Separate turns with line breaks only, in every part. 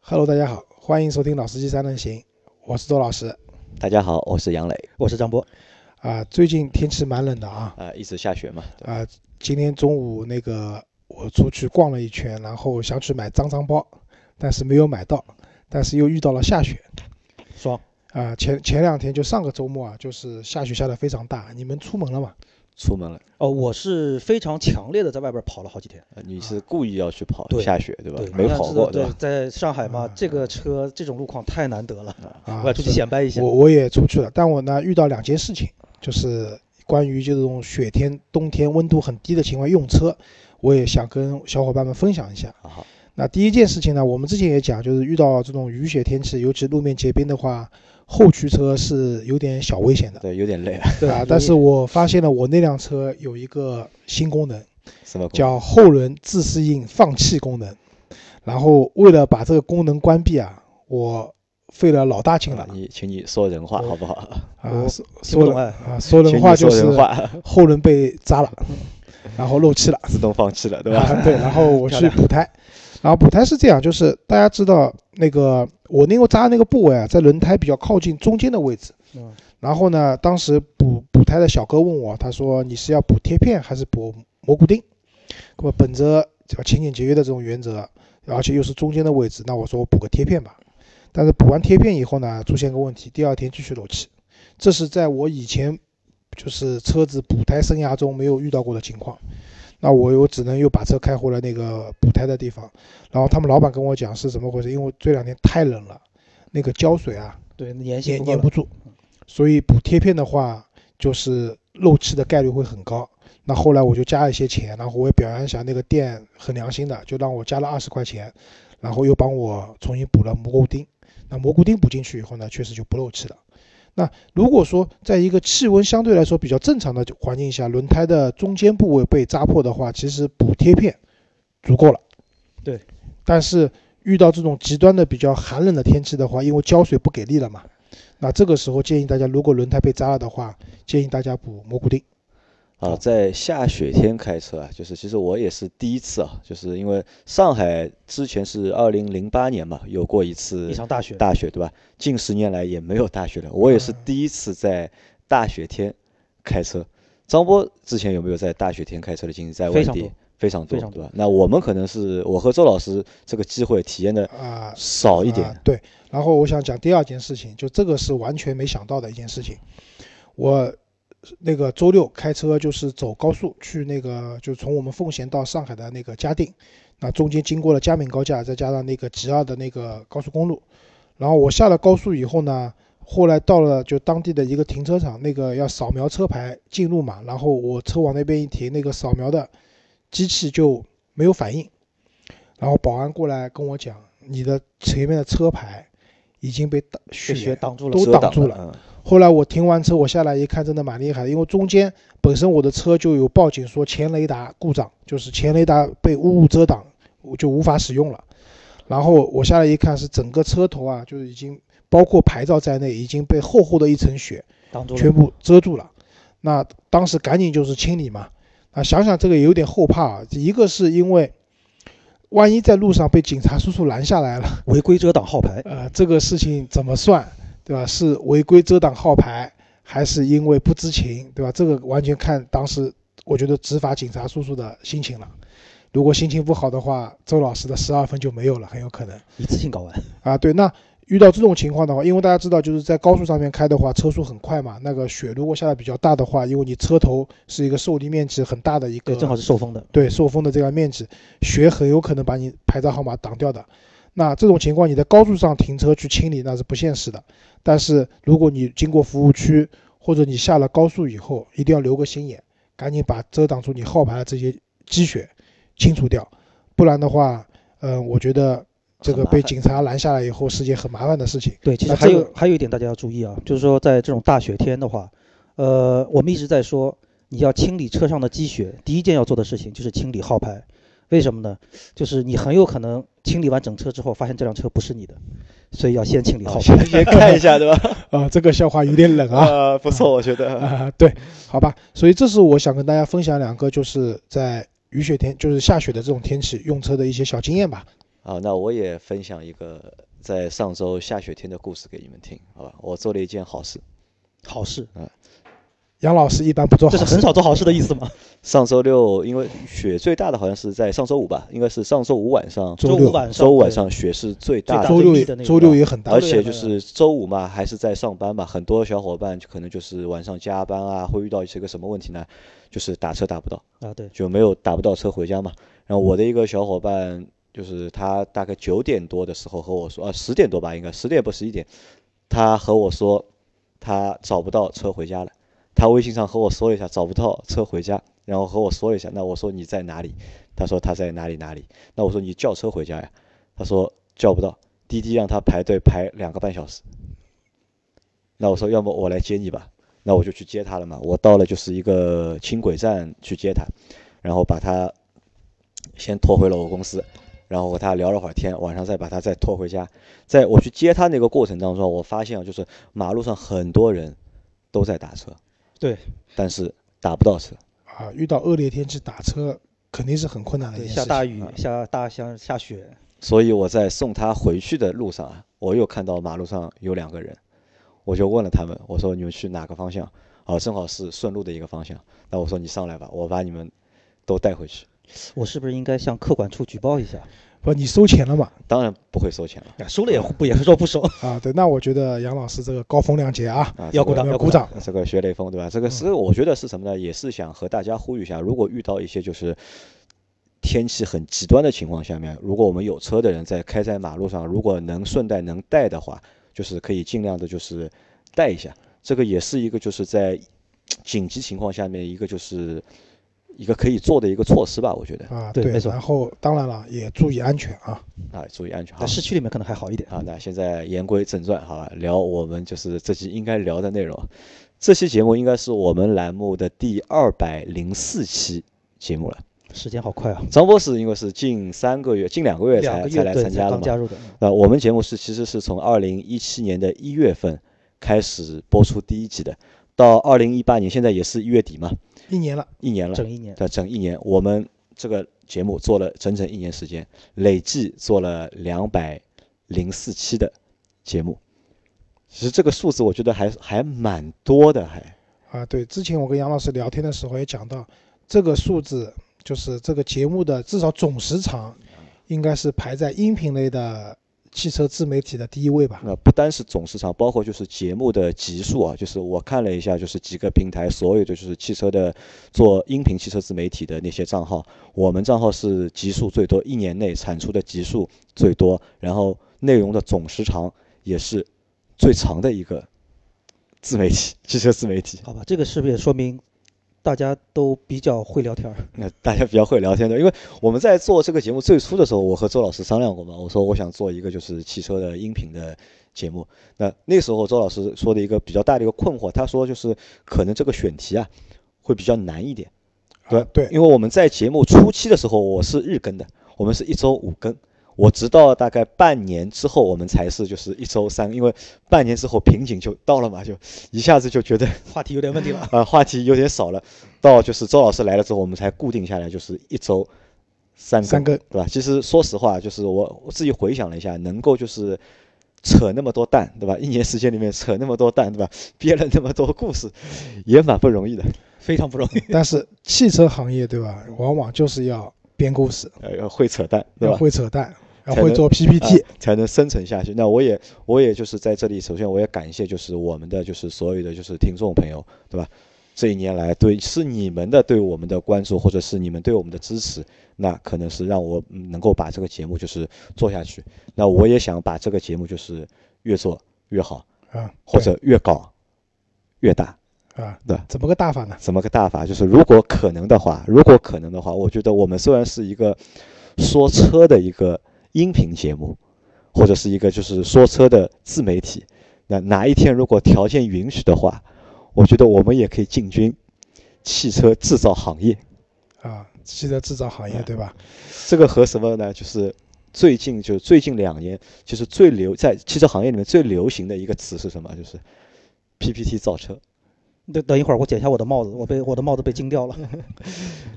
Hello，大家好，欢迎收听《老司机三人行》，我是周老师。
大家好，我是杨磊，
我是张波。
啊，最近天气蛮冷的啊，
啊、一直下雪嘛，对吧
啊，今天中午那个我出去逛了一圈，然后想去买脏脏包，但是没有买到，但是又遇到了下雪
爽，
啊。前前两天就上个周末啊，就是下雪下的非常大，你们出门了吗？
出门了，
哦，我是非常强烈的在外边跑了好几天。
呃你是故意要去跑
对
下雪对吧？
对，
没
你看
跑
知道
过
对
吧？，
在上海嘛，
嗯
这个车这种路况太难得了，
啊
我要出去显摆一下
我。我也出去了，但我呢遇到两件事情，就是关于这种雪天、冬天温度很低的情况用车，我也想跟小伙伴们分享一下。
啊，
那第一件事情呢，我们之前也讲，就是遇到这种雨雪天气，尤其路面结冰的话，后驱车是有点小危险的，
对，有点累啊，
对吧？但是我发现了我那辆车有一个新功能，
什么工
叫后轮自适应放弃功能。然后为了把这个功能关闭啊，我费了老大劲了
啊你请你说人话好不好？
啊，
我
说
听不
说
懂
了
哎，
啊，说
请
人
你
话
说
就是
人话，
后轮被扎了，然后漏气了。
自动放弃了，对吧？
啊，对，然 后我去补胎，然后补胎是这样，就是大家知道那个我那个扎的那个部位啊，在轮胎比较靠近中间的位置。
嗯，
然后呢，当时补补胎的小哥问我，他说你是要补贴片还是补蘑菇钉？那么本着这个勤俭节约的这种原则，而且又是中间的位置，那我说我补个贴片吧。但是补完贴片以后呢，出现个问题，第二天继续漏气，这是在我以前就是车子补胎生涯中没有遇到过的情况。那我又只能又把车开回了那个补胎的地方，然后他们老板跟我讲是怎么回事，因为这两天太冷了，那个胶水啊
对，粘性
粘
不够
粘
了
不住，所以补贴片的话，就是漏气的概率会很高。那后来我就加了一些钱，然后我也表扬一下那个店很良心的，就让我加了二十块钱，然后又帮我重新补了蘑菇钉。那蘑菇钉补进去以后呢，确实就不漏气了。那如果说在一个气温相对来说比较正常的环境下，轮胎的中间部位被扎破的话，其实补贴片足够了。
对，
但是遇到这种极端的比较寒冷的天气的话，因为胶水不给力了嘛，那这个时候建议大家，如果轮胎被扎了的话，建议大家补蘑菇钉。
啊，在下雪天开车啊，就是其实我也是第一次啊，就是因为上海之前是二零零八年嘛，有过一次
一场大雪，
大雪，对吧？近十年来也没有大雪了，我也是
嗯
第一次在大雪天开车。张波之前有没有在大雪天开车的经历？在外
非常
地
多
非常
非常
对
多
吧？那我们可能是我和周老师这个机会体验的
啊、
少一点
啊对，然后我想讲第二件事情，就这个是完全没想到的一件事情。我那个周六开车就是走高速去那个，就从我们奉贤到上海的那个嘉定，那中间经过了嘉闵高架，再加上那个 G 二的那个高速公路。然后我下了高速以后呢，后来到了就当地的一个停车场，那个要扫描车牌进入嘛，然后我车往那边一停，那个扫描的机器就没有反应。然后保安过来跟我讲，你的前面的车牌已经被挡
被雪挡住了
都
遮
挡
挡
住
了。嗯
后来我停完车，我下来一看，真的蛮厉害的，因为中间本身我的车就有报警说前雷达故障，就是前雷达被雾遮挡，我就无法使用了。然后我下来一看，是整个车头啊，就是已经包括牌照在内，已经被厚厚的一层雪
挡住
全
了。
部遮住了。那当时赶紧就是清理嘛。啊，想想这个也有点后怕啊。一个是因为，万一在路上被警察叔叔拦下来了，
违规遮挡号牌，
呃，这个事情怎么算，对吧？是违规遮挡号牌，还是因为不知情，对吧？这个完全看当时我觉得执法警察叔叔的心情了。如果心情不好的话，周老师的十二分就没有了，很有可能。
一次性搞完。
啊，对，那遇到这种情况的话，因为大家知道，就是在高速上面开的话，车速很快嘛。那个雪如果下的比较大的话，因为你车头是一个受力面积很大的一个，
对，正好是受风的。
对受风的这个面积，雪很有可能把你牌照号码挡掉的。那这种情况，你在高速上停车去清理那是不现实的。但是如果你经过服务区，或者你下了高速以后，一定要留个心眼，赶紧把遮挡住你号牌的这些积雪清除掉，不然的话，嗯、我觉得这 个
很麻
被
烦
警察拦下来以后是件很麻烦的事情。
对，其实
那
还
这
有
个
还有一点大家要注意啊，就是说在这种大雪天的话，呃，我们一直在说你要清理车上的积雪，第一件要做的事情就是清理号牌。为什么呢？就是你很有可能清理完整车之后，发现这辆车不是你的，所以要先清理号
好，
牌。
先先看一下，对吧？
啊、这个笑话有点冷啊。
啊，不错，我 觉得。
啊、对，好吧，所以这是我想跟大家分享两个，就是在雨雪天，就是下雪的这种天气用车的一些小经验吧。
啊，那我也分享一个在上周下雪天的故事给你们听，好吧？我做了一件好事。
好事，
杨老师一般不做
这是
好
很
事，
少做好事的意思吗？
上周六，因为雪最大的好像是在上周五吧，应该是上周五晚上，
周
周
六
五晚上，
周五晚
对
上雪是最大
最
的
大的。
周六
密
也
的那个
周六也很大
而
对，
且就
对
是周五嘛，还是在上班嘛，很多小伙伴就可能就是晚上加班啊，会遇到一个什么问题呢？就是打车打不到，
啊，对，
就没有打不到车回家嘛。然后我的一个小伙伴，就是他大概九点多的时候和我说，啊，十点多吧，应该十点不十一点，他和我说他找不到车回家了。他微信上和我说了一下找不到车回家，然后和我说了一下，那我说你在哪里？他说他在哪里哪里。那我说你叫车回家呀？他说叫不到，滴滴让他排队排两个半小时。那我说要么我来接你吧，那我就去接他了嘛。我到了就是一个轻轨站去接他，然后把他先拖回了我公司，然后和他聊了会儿天，晚上再把他再拖回家。在我去接他那个过程当中，我发现啊，就是马路上很多人都在打车，
对，
但是打不到车。
啊，遇到恶劣天气打车肯定是很困难的一
对，
件事
下
情。
大雨
啊，
下大下下雪，
所以我在送他回去的路上啊，我又看到马路上有两个人，我就问了他们，我说你们去哪个方向？哦，正好是顺路的一个方向。那我说你上来吧，我把你们都带回去。
我是不是应该向客管处举报一下？
不，你收钱了嘛？
当然不会收钱了
啊收了也不也说不收，
啊，对，那我觉得杨老师这个高风亮节啊，
啊， 这
要鼓
个
掌，
要
要
鼓掌。
这个学雷锋对吧？这个是我觉得是什么呢？也是想和大家呼吁一下，如果遇到一些就是天气很极端的情况下面，如果我们有车的人在开在马路上，如果能顺带能带的话，就是可以尽量的就是带一下。这个也是一个就是在紧急情况下面一个就是一个可以做的一个措施吧，我觉得
啊，
对没错
然后当然了，也注意安全啊。
啊，注意安全。好
在，市区里面可能还好一点。
好，那现在言归正传，好吧，聊我们就是这期应该聊的内容。这期节目应该是我们栏目的第二百零四期节目了。
时间好快啊，
张博士因为是近三个月、近两个月
两
才
个
才
月
来
对
参加的
刚加
嘛。
入的，
那我们节目是其实是从二零一七年的一月份开始播出第一季的，到二零一八年现在也是一月底嘛，
一年了，
一年了。
整一年。
对，整一年，我们这个节目做了整整一年时间，累计做了两百零四期的节目。其实这个数字我觉得还还蛮多的，还
啊，对，之前我跟杨老师聊天的时候也讲到，这个数字就是这个节目的至少总时长，应该是排在音频类的汽车自媒体的第一位吧。
那不单是总时长，包括就是节目的集数啊，就是我看了一下，就是几个平台所有的就是汽车的做音频汽车自媒体的那些账号，我们账号是集数最多，一年内产出的集数最多，然后内容的总时长也是最长的一个自媒体汽车自媒体。
好吧，这个是不是也说明大家都比较会聊天儿？
那大家比较会聊天的，因为我们在做这个节目最初的时候，我和周老师商量过嘛，我说我想做一个就是汽车的音频的节目。那那时候周老师说的一个比较大的一个困惑，他说就是可能这个选题啊会比较难一点，对
啊对，
因为我们在节目初期的时候我是日更的，我们是一周五更。我直到大概半年之后，我们才是就是一周三，因为半年之后瓶颈就到了嘛，就一下子就觉得
话题有点问题了。
啊，话题有点少了。到就是周老师来了之后，我们才固定下来，就是一周三更，
三更
对吧？其实说实话，就是我我自己回想了一下，能够就是扯那么多蛋，对吧？一年时间里面扯那么多蛋，对吧？ 憋了那么多故事，也蛮不容易的。
非常不容易。
但是汽车行业对吧，往往就是要编故事，
呃，要会扯淡，对
要
吧？
会扯淡，要
才
会
能
做 PPT
啊。才能生存下去。那我也我也就是在这里，首先我也感谢就是我们的就是所有的就是听众朋友，对吧？这一年来对是你们的对我们的关注，或者是你们对我们的支持，那可能是让我嗯能够把这个节目就是做下去。那我也想把这个节目就是越做越好，
啊，
或
对
者越搞越大。
啊
对，
怎么个大法呢？
怎么个大法？就是如果可能的话，如果可能的话，我觉得我们虽然是一个说车的一个音频节目，或者是一个就是说车的自媒体，那哪一天如果条件允许的话，我觉得我们也可以进军汽车制造行业。
啊，汽车制造行
嗯
业对吧？
这个和什么呢？就是最近就最近两年，其实最流在汽车行业里面最流行的一个词是什么？就是 PPT 造车。
等等一会儿，我剪一下我的帽子，我被我的帽子被惊掉了。
嗯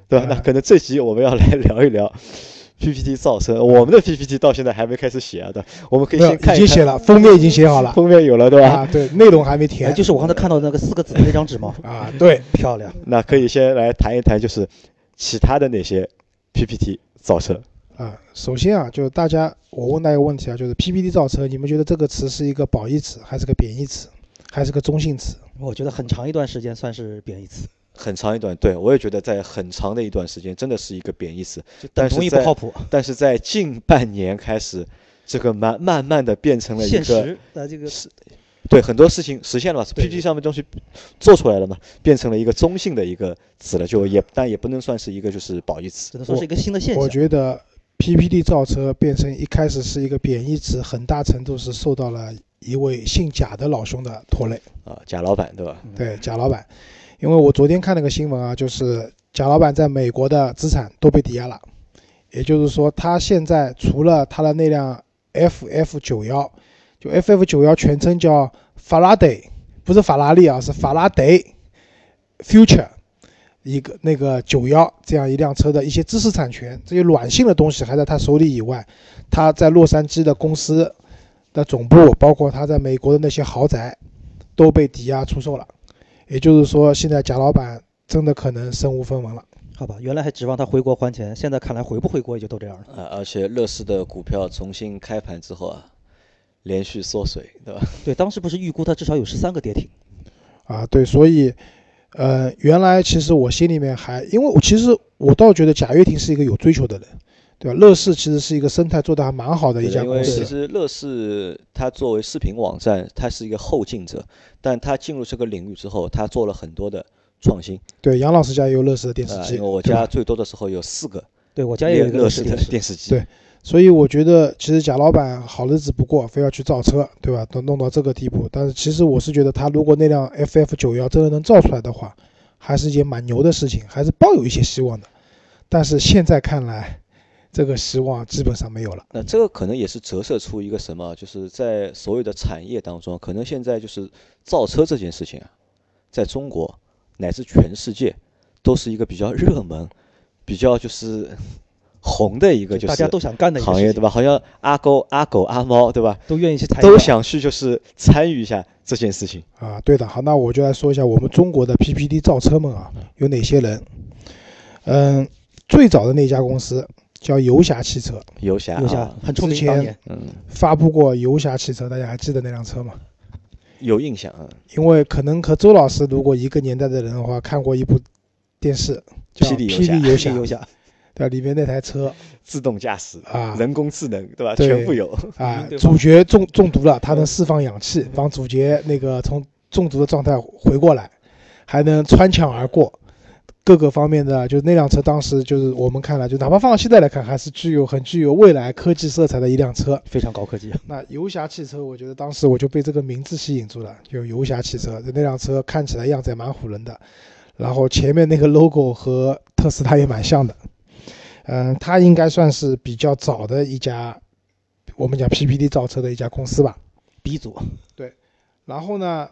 对吧？那可能这集我们要来聊一聊 PPT 噪声，我们的 PPT 到现在还没开始写啊的，我们可以
没有
先看
已
一
经
看
写了，封面已经写好了
封面有了对吧？
啊，对，内容还没填
哎，就是我刚才看到那个四个字的那张纸 嘛，
啊，对，
漂亮。
那可以先来谈一谈，就是其他的那些 PPT 造成
啊，首先啊，就是大家，我问大家一个问题啊，就是 PPT 造车，你们觉得这个词是一个褒义词，还是个贬义词，还是个中性词？
我觉得很长一段时间算是贬义词，
很长一段，对我也觉得在很长的一段时间真的是一个贬义词，
就
但
等
是
同意不
在
靠谱。
但是在近半年开始，这个慢慢慢的变成了一
现
个
实的这个
是对很多事情实现了嘛
对
，PPT 上面东西做出来了嘛，变成了一个中性的一个词了，就也但也不能算是一个就是褒义词
只，能说是一个新的现
我
象。
觉得 PPT 造车变成一开始是一个贬义词，很大程度是受到了一位姓贾的老兄的拖累。
啊，贾老板对吧？
对，贾老板，因为我昨天看了个新闻啊，就是贾老板在美国的资产都被抵押了，也就是说，他现在除了他的那辆 FF 九幺，就 FF 九幺全称叫法拉德，不是法拉利啊，是法拉德 Future。一个那个九幺这样一辆车的一些知识产权，这些软性的东西还在他手里以外，他在洛杉矶的公司的总部，包括他在美国的那些豪宅，都被抵押出售了。也就是说，现在贾老板真的可能身无分文了。
好吧，原来还指望他回国还钱，现在看来回不回国也就都这样了。
啊，而且乐视的股票重新开盘之后啊，连续缩水对吧？
对，当时不是预估他至少有十三个跌停，
啊，对，所以，呃，原来其实我心里面还，因为我其实我倒觉得贾跃亭是一个有追求的人，对吧？乐视其实是一个生态做得还蛮好的
对
一
的
家
因
公
为其
司，
实乐视它作为视频网站，它是一个后进者，但它进入这个领域之后，它做了很多的创新。
对，杨老师家也有乐视的电视
呃，
机，
因为我
对
家
吧
最多的时候有四个
对我家也有
乐
一个
乐
视
视
电
的
视，
电视机。
对所以我觉得其实贾老板好日子不过，非要去造车，对吧？都弄到这个地步，但是其实我是觉得他如果那辆 FF 九幺真的能造出来的话，还是一件蛮牛的事情，还是抱有一些希望的。但是现在看来，这个希望基本上没有了。
那这个可能也是折射出一个什么，就是在所有的产业当中，可能现在就是造车这件事情啊，在中国乃至全世界都是一个比较热门、比较就是红的一个就
大家
是
都想干的一个
行业，
事
对
情，
吧？好像阿狗、阿狗、阿猫，对吧？
都愿意去参与，
都想去就是参与一下这件事情。
啊，对的，好，那我就来说一下我们中国的 PPT 造车们啊，有哪些人？嗯，最早的那家公司叫游侠汽车，
游侠、啊，
有下很出
之
名当
前
年。
嗯，
发布过游侠汽车，大家还记得那辆车吗？
有印象啊。
因为可能和周老师如果一个年代的人的话，看过一部电视叫《
霹雳游侠
霹雳游侠
游》，侠，
对，里面那台车
自动驾驶、
啊
人工智能，对吧？
对
全部有。
啊
对，吧
主角中中毒了，它能释放氧气，帮主角那个从中毒的状态回过来，还能穿墙而过，各个方面的，就是那辆车当时就是我们看来，就哪怕放到现在来看，还是具有很具有未来科技色彩的一辆车。
非常高科技。
那游侠汽车，我觉得当时我就被这个名字吸引住了，就游侠汽车，就那辆车看起来样子也蛮唬人的，然后前面那个 logo 和特斯拉也蛮像的，嗯，它应该算是比较早的一家，我们讲 PPT 造车的一家公司吧。
鼻祖，
然后呢，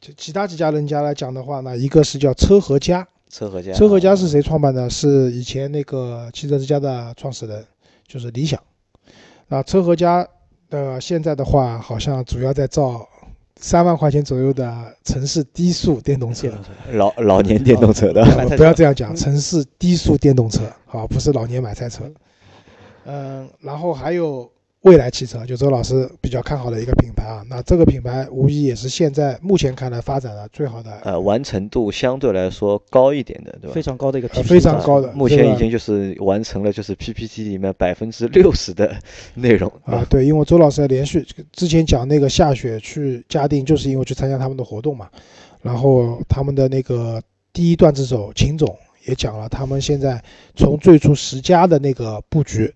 就其他几家人家来讲的话呢，一个是叫车和家，
车和家，
车
啊
和家是谁创办的？是以前那个汽车之家的创始人，就是理想。啊，车和家呃，现在的话，好像主要在造三万块钱左右的城市低速电动车呃
电。动车
老老年电动车的。
买菜
不要
车嗯
这样讲，城市低速电动车，好，不是老年买菜车。嗯，然后还有未来汽车，就周老师比较看好的一个品牌啊。那这个品牌无疑也是现在目前看来发展的最好的
呃，完成度相对来说高一点的，对吧？啊
非常高的一个啊
呃
PPT，
非常高的
目
对
前
吧
已经就是完成了，就是 PPT 里面百分之六十的内容
啊，，对，因为周老师连续之前讲那个夏雪去嘉定，就是因为去参加他们的活动嘛。然后他们的那个第一段子手秦总也讲了，他们现在从最初十家的那个布局，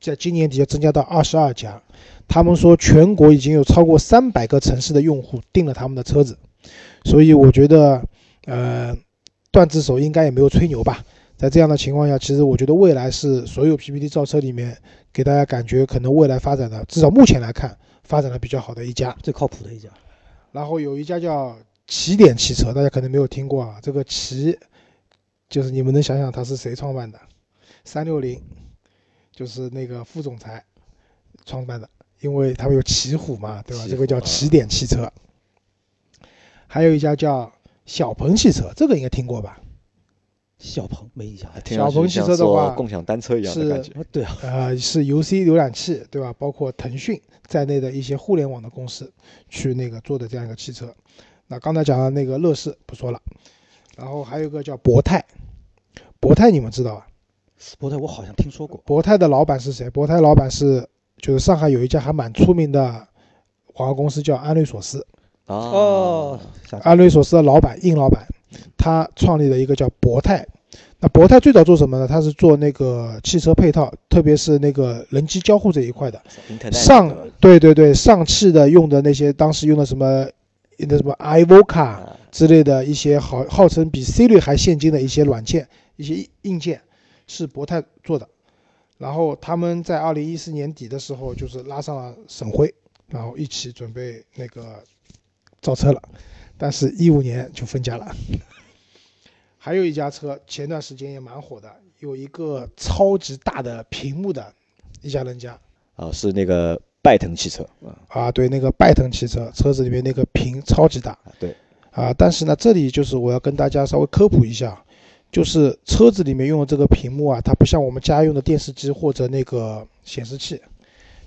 在今年底要增加到二十二家。他们说全国已经有超过三百个城市的用户订了他们的车子，所以我觉得，呃，段子手应该也没有吹牛吧。在这样的情况下，其实我觉得未来是所有 PPT 造车里面给大家感觉可能未来发展的，至少目前来看发展的比较好的一家。
最靠谱的一家。
然后有一家叫起点汽车，大家可能没有听过啊。这个起，就是你们能想想它是谁创办的？三六零，就是那个副总裁创办的，因为他们有骑虎嘛，对吧？
骑
这个叫
虎啊
起点汽车。还有一家叫小鹏汽车，这个应该听过吧？
小鹏没印象。
听上
小
去
鹏汽
像
车的
坐
话
共享单车一样的感
是
觉。
啊， 对啊，
呃，是 UC 浏览器对吧？包括腾讯在内的一些互联网的公司去那个做的这样一个汽车。那刚才讲的那个乐视不说了，然后还有一个叫博泰，博泰你们知道吧？
博泰我好像听说过。
博泰的老板是谁？博泰老板是就是上海有一家还蛮出名的广告公司叫安瑞索斯，
啊，
哦，想起来
安瑞索斯的老板殷老板，他创立了一个叫博泰。那博泰最早做什么呢？他是做那个汽车配套，特别是那个人机交互这一块的。
Internet
上
的
对对对，上汽的用的那些当时用的什么那什么 iVoca
啊
之类的一些号号称比 Siri 还先进的一些软件、一些硬硬件，是博泰做的。然后他们在二零一四年底的时候，就是拉上了沈辉，然后一起准备那个造车了，但是一五年就分家了。 还有一家车，前段时间也蛮火的，有一个超级大的屏幕的一家人家，
啊，是那个拜腾汽车啊
啊，对，那个拜腾汽车车子里面那个屏超级大
啊，对，
啊，但是呢，这里就是我要跟大家稍微科普一下，就是车子里面用的这个屏幕啊，它不像我们家用的电视机或者那个显示器，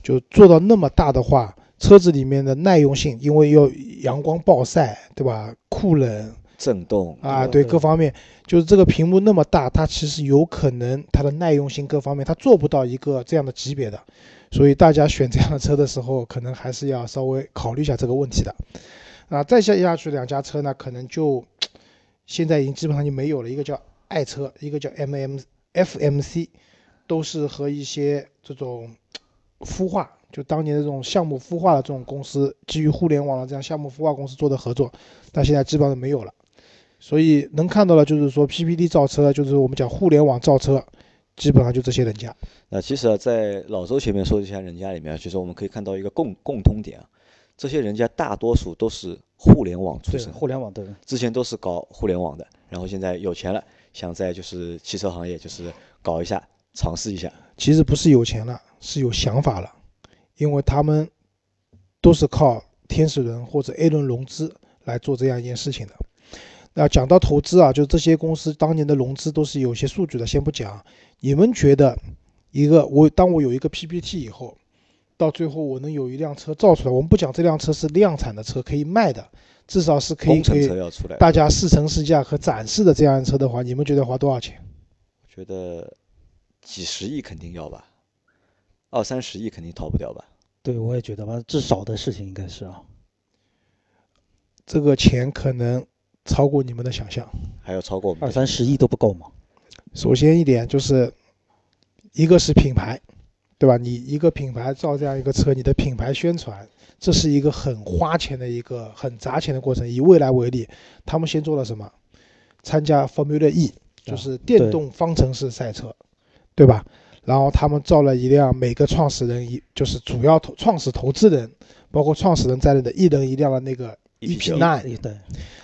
就做到那么大的话，车子里面的耐用性，因为要阳光暴晒，对吧？酷冷
震动
啊，
对
对各方面，就是这个屏幕那么大，它其实有可能它的耐用性各方面，它做不到一个这样的级别的，所以大家选这样的车的时候，可能还是要稍微考虑一下这个问题的。啊，再下下去两家车呢，可能就现在已经基本上就没有了，一个叫爱车，一个叫 M M F M C，都是和一些这种孵化，就当年的这种项目孵化的这种公司，基于互联网的这样项目孵化公司做的合作，但现在基本上没有了。所以能看到的就是说 PPT 造车，啊就是我们讲互联网造车，基本上就这些人家。
那其实啊，在老周前面说的这些人家里面啊，其实我们可以看到一个共共通点啊，这些人家大多数都是互联网出
对
身，
互联网对，
之前都是搞互联网的，然后现在有钱了，想在就是汽车行业就是搞一下，尝试一下。
其实不是有钱了，是有想法了，因为他们都是靠天使轮或者 A 轮融资来做这样一件事情的。那讲到投资啊，就这些公司当年的融资都是有些数据的，先不讲。你们觉得一个我当我有一个 PPT 以后，到最后我能有一辆车造出来，我们不讲这辆车是量产的车可以卖的，至少是可以
工
可
程
以
车要出来，
大家试乘试驾和展示的这样的车的话，你们觉得花多少钱？
我觉得几十亿肯定要吧，二三十亿肯定逃不掉吧。
对我也觉得吧，至少的事情应该是啊。
这个钱可能超过你们的想象。
还要超过我们
二
的
三十亿都不够嘛。
首先一点就是，一个是品牌，对吧？你一个品牌造这样一个车，你的品牌宣传，这是一个很花钱的一个很砸钱的过程。以蔚来为例，他们先做了什么？参加 Formula E，就是电动方程式赛车，对吧？然后他们造了一辆每个创始人一就是主要投创始投资人，包括创始人在内的一人一辆的那个
EP9
EP9
对对，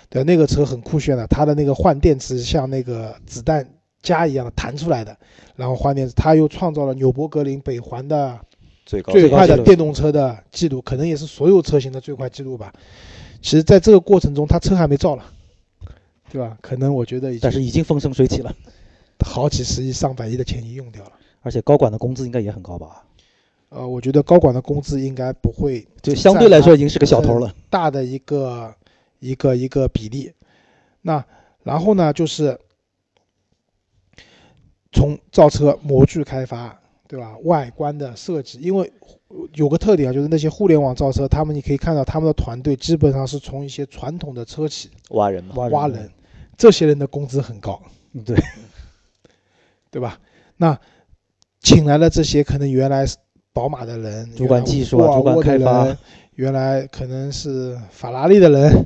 对，那个车很酷炫的，它的那个换电池像那个子弹夹一样的弹出来的，然后换电池，它又创造了纽博格林北环的
最高
最
最
快
纪
的
录
电动车的记录，可能也是所有车型的最快记录吧。其实，在这个过程中，它车还没造了，对吧？可能我觉得已
但
经
是已经风生水起了，
好几十亿、上百亿的钱已经用掉了。
而且高管的工资应该也很高吧？
呃，我觉得高管的工资应该不会
就相对来说已经是个小头了。
大的一个一个一个比例。那然后呢，就是从造车模具开发，对吧？外观的设计，因为有个特点啊，就是那些互联网造车，他们你可以看到他们的团队基本上是从一些传统的车企
挖人嘛，
挖人，这些人的工资很高，
嗯对，
对吧？那请来了这些可能原来是宝马的人，
主管
原来
技术啊
沃尔
主管
沃的
开发
人原来可能是法拉利的人，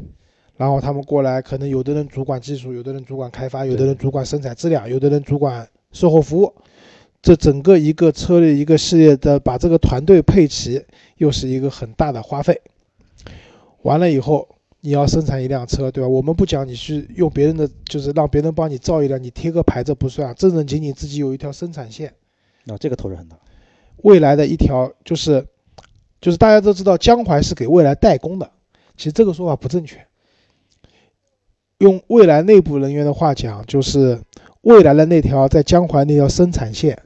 然后他们过来，可能有的人主管技术，有的人主管开发，有的人主管生产质量，有的人主管售后服务。这整个一个车的一个系列的，把这个团队配齐，又是一个很大的花费。完了以后，你要生产一辆车，对吧？我们不讲你去用别人的，就是让别人啊帮你造一辆，你贴个牌子不算，正正经经自己有一条生产线。
那、这个投入很大。
未来的一条就是就是大家都知道江淮是给未来代工的，其实这个说法不正确。用未来内部人员的话讲，就是未来的那条在江淮那条生产线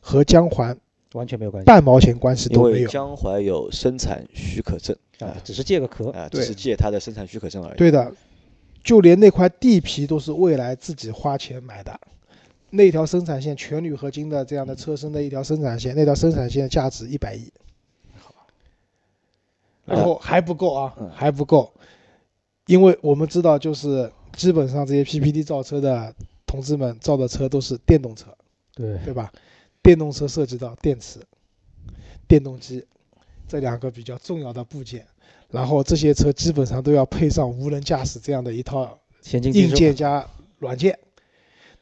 和江淮
完全没有关系
半毛钱关系
因
都没
为
有。
江淮有生产许可证
啊，只是借个壳。
啊，
对
只是借它的生产许可证而已。
对的，就连那块地皮都是未来自己花钱买的。那条生产线全铝合金的这样的车身的一条生产线，那条生产线价值一百亿，好吧，然后还不够啊
嗯，
还不够，因为我们知道，就是基本上这些 PPT 造车的同志们造的车都是电动车，
对
对吧？电动车涉及到电池、电动机这两个比较重要的部件，然后这些车基本上都要配上无人驾驶这样的一套
先进技
硬
术
件加软件。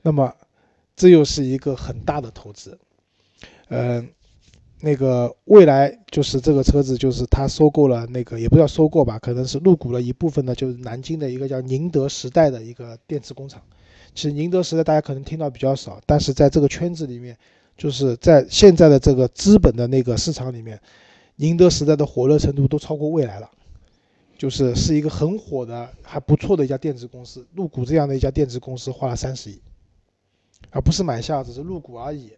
那么，这又是一个很大的投资。嗯、那个未来就是这个车子，就是它收购了那个，也不叫收购吧，可能是入股了一部分的，就是南京的一个叫宁德时代的一个电池工厂。其实宁德时代大家可能听到比较少，但是在这个圈子里面，就是在现在的这个资本的那个市场里面，宁德时代的火热程度都超过蔚来了。就是是一个很火的、还不错的一家电子公司，入股这样的一家电子公司花了三十亿，而不是买下，只是入股而已，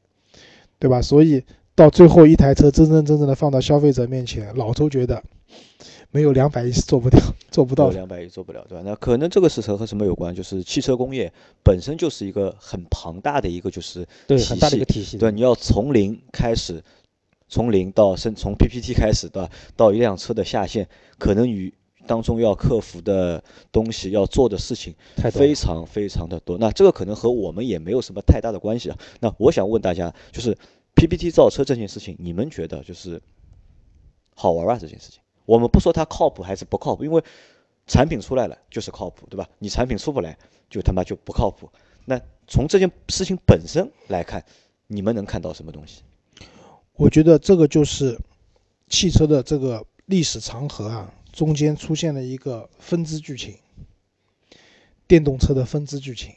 对吧？所以到最后一台车真真正正的放到消费者面前，老周觉得没有两百亿是做不掉、做不到的。
两百亿做不了，对吧？那可能这个事情和什么有关？就是汽车工业本身就是一个很庞大的一个，就是
对
体
很大的一
系
个体系。
对，你要从零开始，从零到甚从 PPT 开始的，到一辆车的下限，可能与当中要克服的东西、要做的事情
太多了
非常非常的多。那这个可能和我们也没有什么太大的关系啊。那我想问大家，就是 PPT 造车这件事情，你们觉得就是好玩啊？这件事情，我们不说它靠谱还是不靠谱，因为产品出来了就是靠谱，对吧？你产品出不来，就他妈就不靠谱。那从这件事情本身来看，你们能看到什么东西？
我觉得这个就是汽车的这个历史长河啊，中间出现了一个分支剧情，电动车的分支剧情。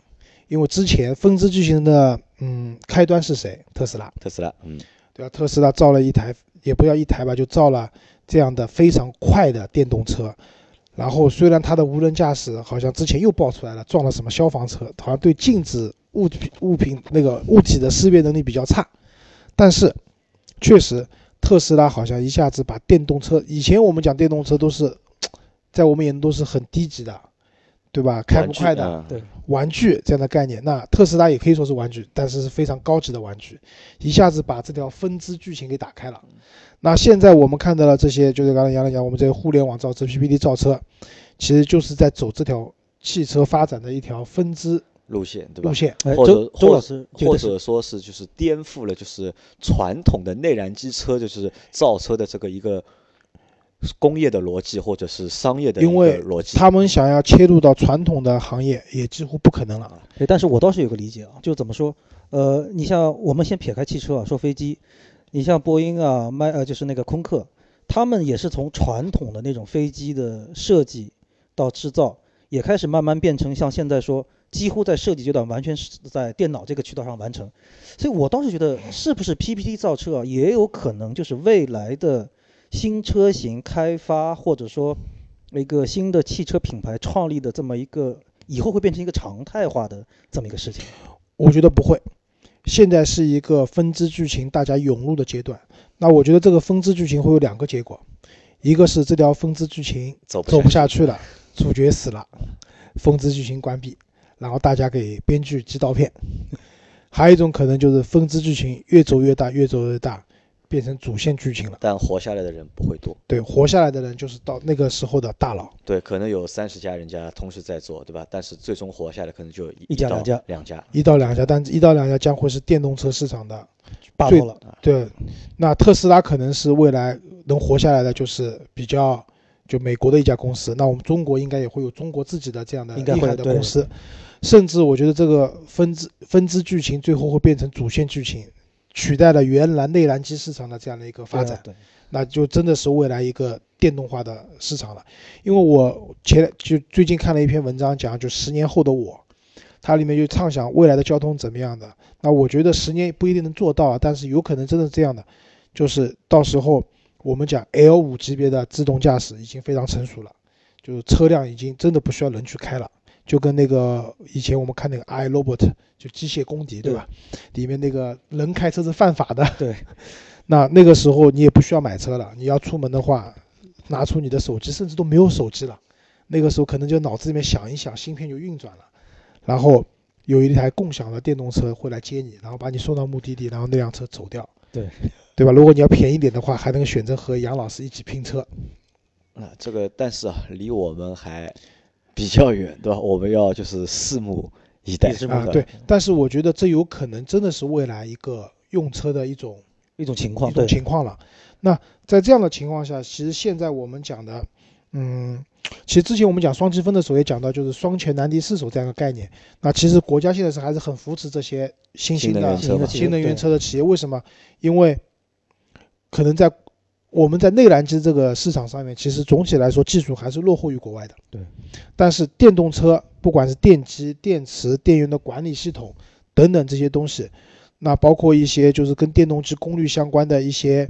因为之前分支剧情的嗯开端是谁？特斯拉。
特斯拉，嗯，
对啊吧？特斯拉造了一台，也不要一台吧，就造了这样的非常快的电动车。然后虽然它的无人驾驶好像之前又爆出来了，撞了什么消防车，好像对禁止物品物品那个物体的识别能力比较差，但是确实特斯拉好像一下子把电动车，以前我们讲电动车都是在我们眼中都是很低级的，对吧？开不
玩具
快的，
嗯
对
玩具这样的概念。那特斯拉也可以说是玩具，但是是非常高级的玩具，一下子把这条分支剧情给打开
嗯
了。那现在我们看到了这些，就是刚才杨磊讲，我们这些互联网造车、PPT 造车，其实就是在走这条汽车发展的一条分支
路线，对吧
路？线。
哎，
或
周
者
周
或
老师觉
或
得是
者说是就是颠覆了就是传统的内燃机车就是造车的这个一个工业的逻辑或者是商业的一
因为
个逻辑。
他们想要切入到传统的行业，也几乎不可能了。
哎，但是我倒是有个理解啊，就怎么说，呃，你像我们先撇开汽车啊，说飞机，你像波音啊、麦呃，就是那个空客，他们也是从传统的那种飞机的设计到制造，也开始慢慢变成像现在说，几乎在设计阶段完全是在电脑这个渠道上完成。所以我倒是觉得，是不是 PPT 造车啊，也有可能就是未来的新车型开发，或者说一个新的汽车品牌创立的这么一个。以后会变成一个常态化的这么一个事情。
我觉得不会。现在是一个分支剧情大家涌入的阶段，那我觉得这个分支剧情会有两个结果，一个是这条分支剧情
走不
走不
下
下去了，主角死了，风之剧情关闭，然后大家给编剧寄刀片。还有一种可能就是风之剧情越走越大，越走越大，变成主线剧情了。
但活下来的人不会多，
对，活下来的人就是到那个时候的大佬。
对，可能有三十家人家同时在做，对吧？但是最终活下来可能就有一
一家
到
两家
两家，
一到两家，但一到两家将会是电动车市场的。
霸道了，
对，那特斯拉可能是未来能活下来的，就是比较就美国的一家公司。那我们中国应该也会有中国自己的这样的
应该
厉
会
害的
对
公司，甚至我觉得这个分支分支剧情最后会变成主线剧情，取代了原来内燃机市场的这样的一个发展。
对，啊
那就真的是未来一个电动化的市场了。因为我前就最近看了一篇文章，讲就十年后的我，它里面就畅想未来的交通怎么样的。那我觉得十年不一定能做到啊，但是有可能真的是这样的。就是到时候我们讲 L 五级别的自动驾驶已经非常成熟了，就是车辆已经真的不需要人去开了，就跟那个以前我们看那个 I Robot 就机械公敌对吧？里面那个人开车是犯法的，
对，
那那个时候你也不需要买车了，你要出门的话，拿出你的手机，甚至都没有手机了，那个时候可能就脑子里面想一想，芯片就运转了，然后有一台共享的电动车会来接你，然后把你送到目的地，然后那辆车走掉，
对，
对吧？如果你要便宜点的话，还能选择和杨老师一起拼车，
啊，这个但是啊，离我们还比较远，对吧？我们要就是拭目以待
一直
啊、
不可
对，但是我觉得这有可能真的是未来一个用车的一种
一种情况，
一种
对，
情况了。那在这样的情况下，其实现在我们讲的，嗯，其实之前我们讲双积分的时候也讲到，就是双前难敌四手这样一个概念。那其实国家现在是还是很扶持这些新
新
兴
能
的
源车嘛
新能源
对
车的企业，为什么？因为可能在我们在内燃机这个市场上面，其实总体来说技术还是落后于国外的。
对，
但是电动车不管是电机、电池、电源的管理系统等等这些东西，那包括一些就是跟电动机功率相关的一些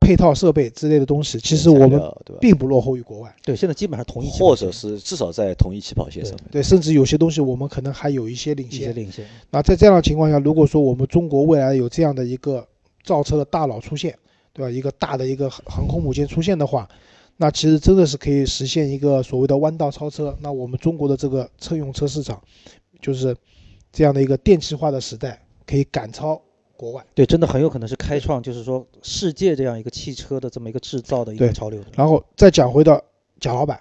配套设备之类的东西，其实
材
我们
料对吧？
并不落后于国外。
对，现在基本上同一起跑
或者
线
是至少在同一起跑线
对
上面。
对，甚至有些东西我们可能还有一些领
一些
先。
领先，
那在这样的情况下，如果说我们中国未来有这样的一个造车的大佬出现，对吧？一个大的一个航航空母舰出现的话，那其实真的是可以实现一个所谓的弯道超车。那我们中国的这个乘用车市场，就是这样的一个电气化的时代，可以赶超国外。
对，真的很有可能是开创，就是说世界这样一个汽车的这么一个制造的一个
对
潮流。
然后再讲回到贾老板，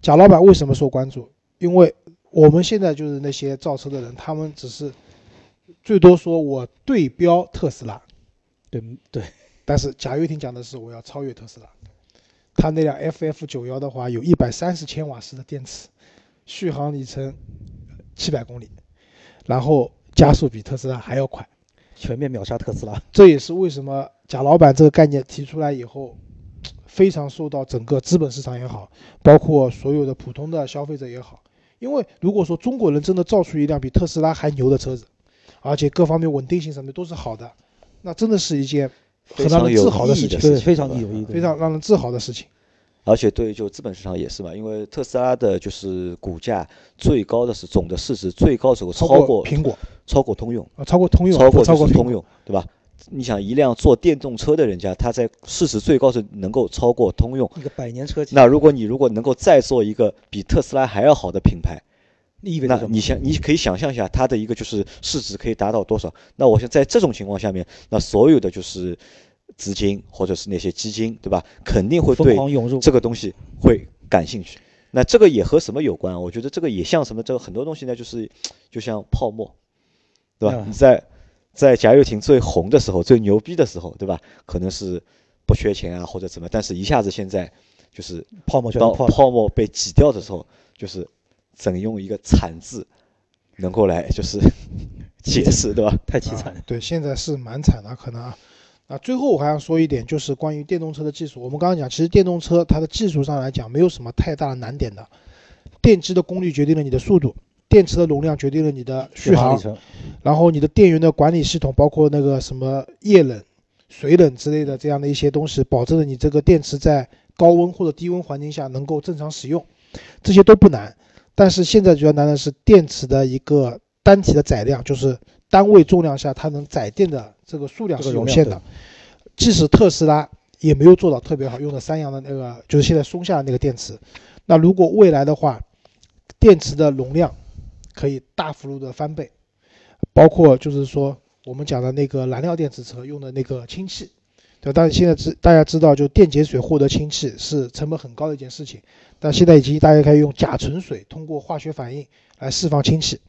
贾老板为什么受关注？因为我们现在就是那些造车的人，他们只是最多说我对标特斯拉，
对对，
但是贾跃亭讲的是我要超越特斯拉。他那辆 FF 九幺的话，有一百三十千瓦时的电池，续航里程七百公里，然后加速比特斯拉还要快。
全面秒杀特斯拉。
这也是为什么贾老板这个概念提出来以后，非常受到整个资本市场也好，包括所有的普通的消费者也好。因为如果说中国人真的造出一辆比特斯拉还牛的车子，而且各方面稳定性什么都是好的，那真的是一件很
非
让
常
人
有
自豪的
意义
事
的
情，
事
对
情，
非常
对吧
有意义的
非常让人自豪的事情。
而且对于就资本市场也是嘛，因为特斯拉的就是股价最高的是总的市值最高时候超
过
过
苹果，
超过通用，
啊，超过通用，
超
不
过
超
就
过
是
苹啊
通，用，对吧？你想一辆做电动车的人家，他在市值最高是能够超过通用。
一个百年车企，
那如果你如果能够再做一个比特斯拉还要好的品牌，
意味着
那
什么？
你想你可以想象一下它的一个就是市值可以达到多少？那我想在这种情况下面，那所有的就是资金或者是那些基金，对吧？肯定会
疯
对
狂涌入，
这个东西会感兴趣。那这个也和什么有关啊？我觉得这个也像什么？这个很多东西呢，就是就像泡沫，对吧？
嗯
你在在贾跃亭最红的时候、最牛逼的时候，对吧？可能是不缺钱啊，或者怎么，但是一下子现在就是
泡沫全
当
都泡了。
泡沫被挤掉的时候，就是怎用一个“惨”字能够来就是 解释，对吧？
太凄惨了。
对，现在是蛮惨的，可能啊。那最后我还要说一点，就是关于电动车的技术。我们刚刚讲，其实电动车它的技术上来讲，没有什么太大的难点的。电机的功率决定了你的速度，电池的容量决定了你的续
航
航
里，程，
然后你的电源的管理系统，包括那个什么液冷、水冷之类的这样的一些东西，保证了你这个电池在高温或者低温环境下能够正常使用，这些都不难。但是现在主要难的是电池的一个单体的载量，就是单位重量下它能载电的这个数量
这个
是
容
有
量
限的。即使特斯拉也没有做到特别好，用的三洋的那个就是现在松下的那个电池。那如果未来的话，电池的容量可以大幅度的翻倍，包括就是说我们讲的那个燃料电池车用的那个氢气，对吧？但是现在知大家知道，就电解水获得氢气是成本很高的一件事情，但现在已经大家可以用甲醇水通过化学反应来释放氢气。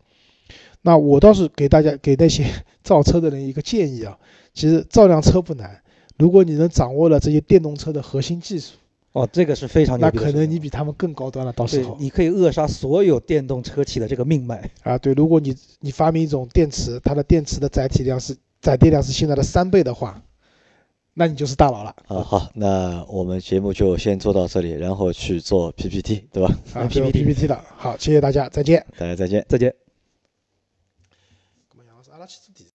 那我倒是给大家给那些 造车的人一个建议啊，其实造辆车不难，如果你能掌握了这些电动车的核心技术，
哦，这个是非常牛
那
逼的
可
事
能
情
啊你比他们更高端了。到时
对
候，
你可以扼杀所有电动车企的这个命脉。
啊，对，如果你你发明一种电池，它的电池的载体量是载电量是现在的三倍的话，那你就是大佬了
啊，好，那我们节目就先做到这里，然后去做 PPT，对吧？
啊，
啊
就
PPT
PPT 了。好，谢谢大家，再见。
大家再见。
再见。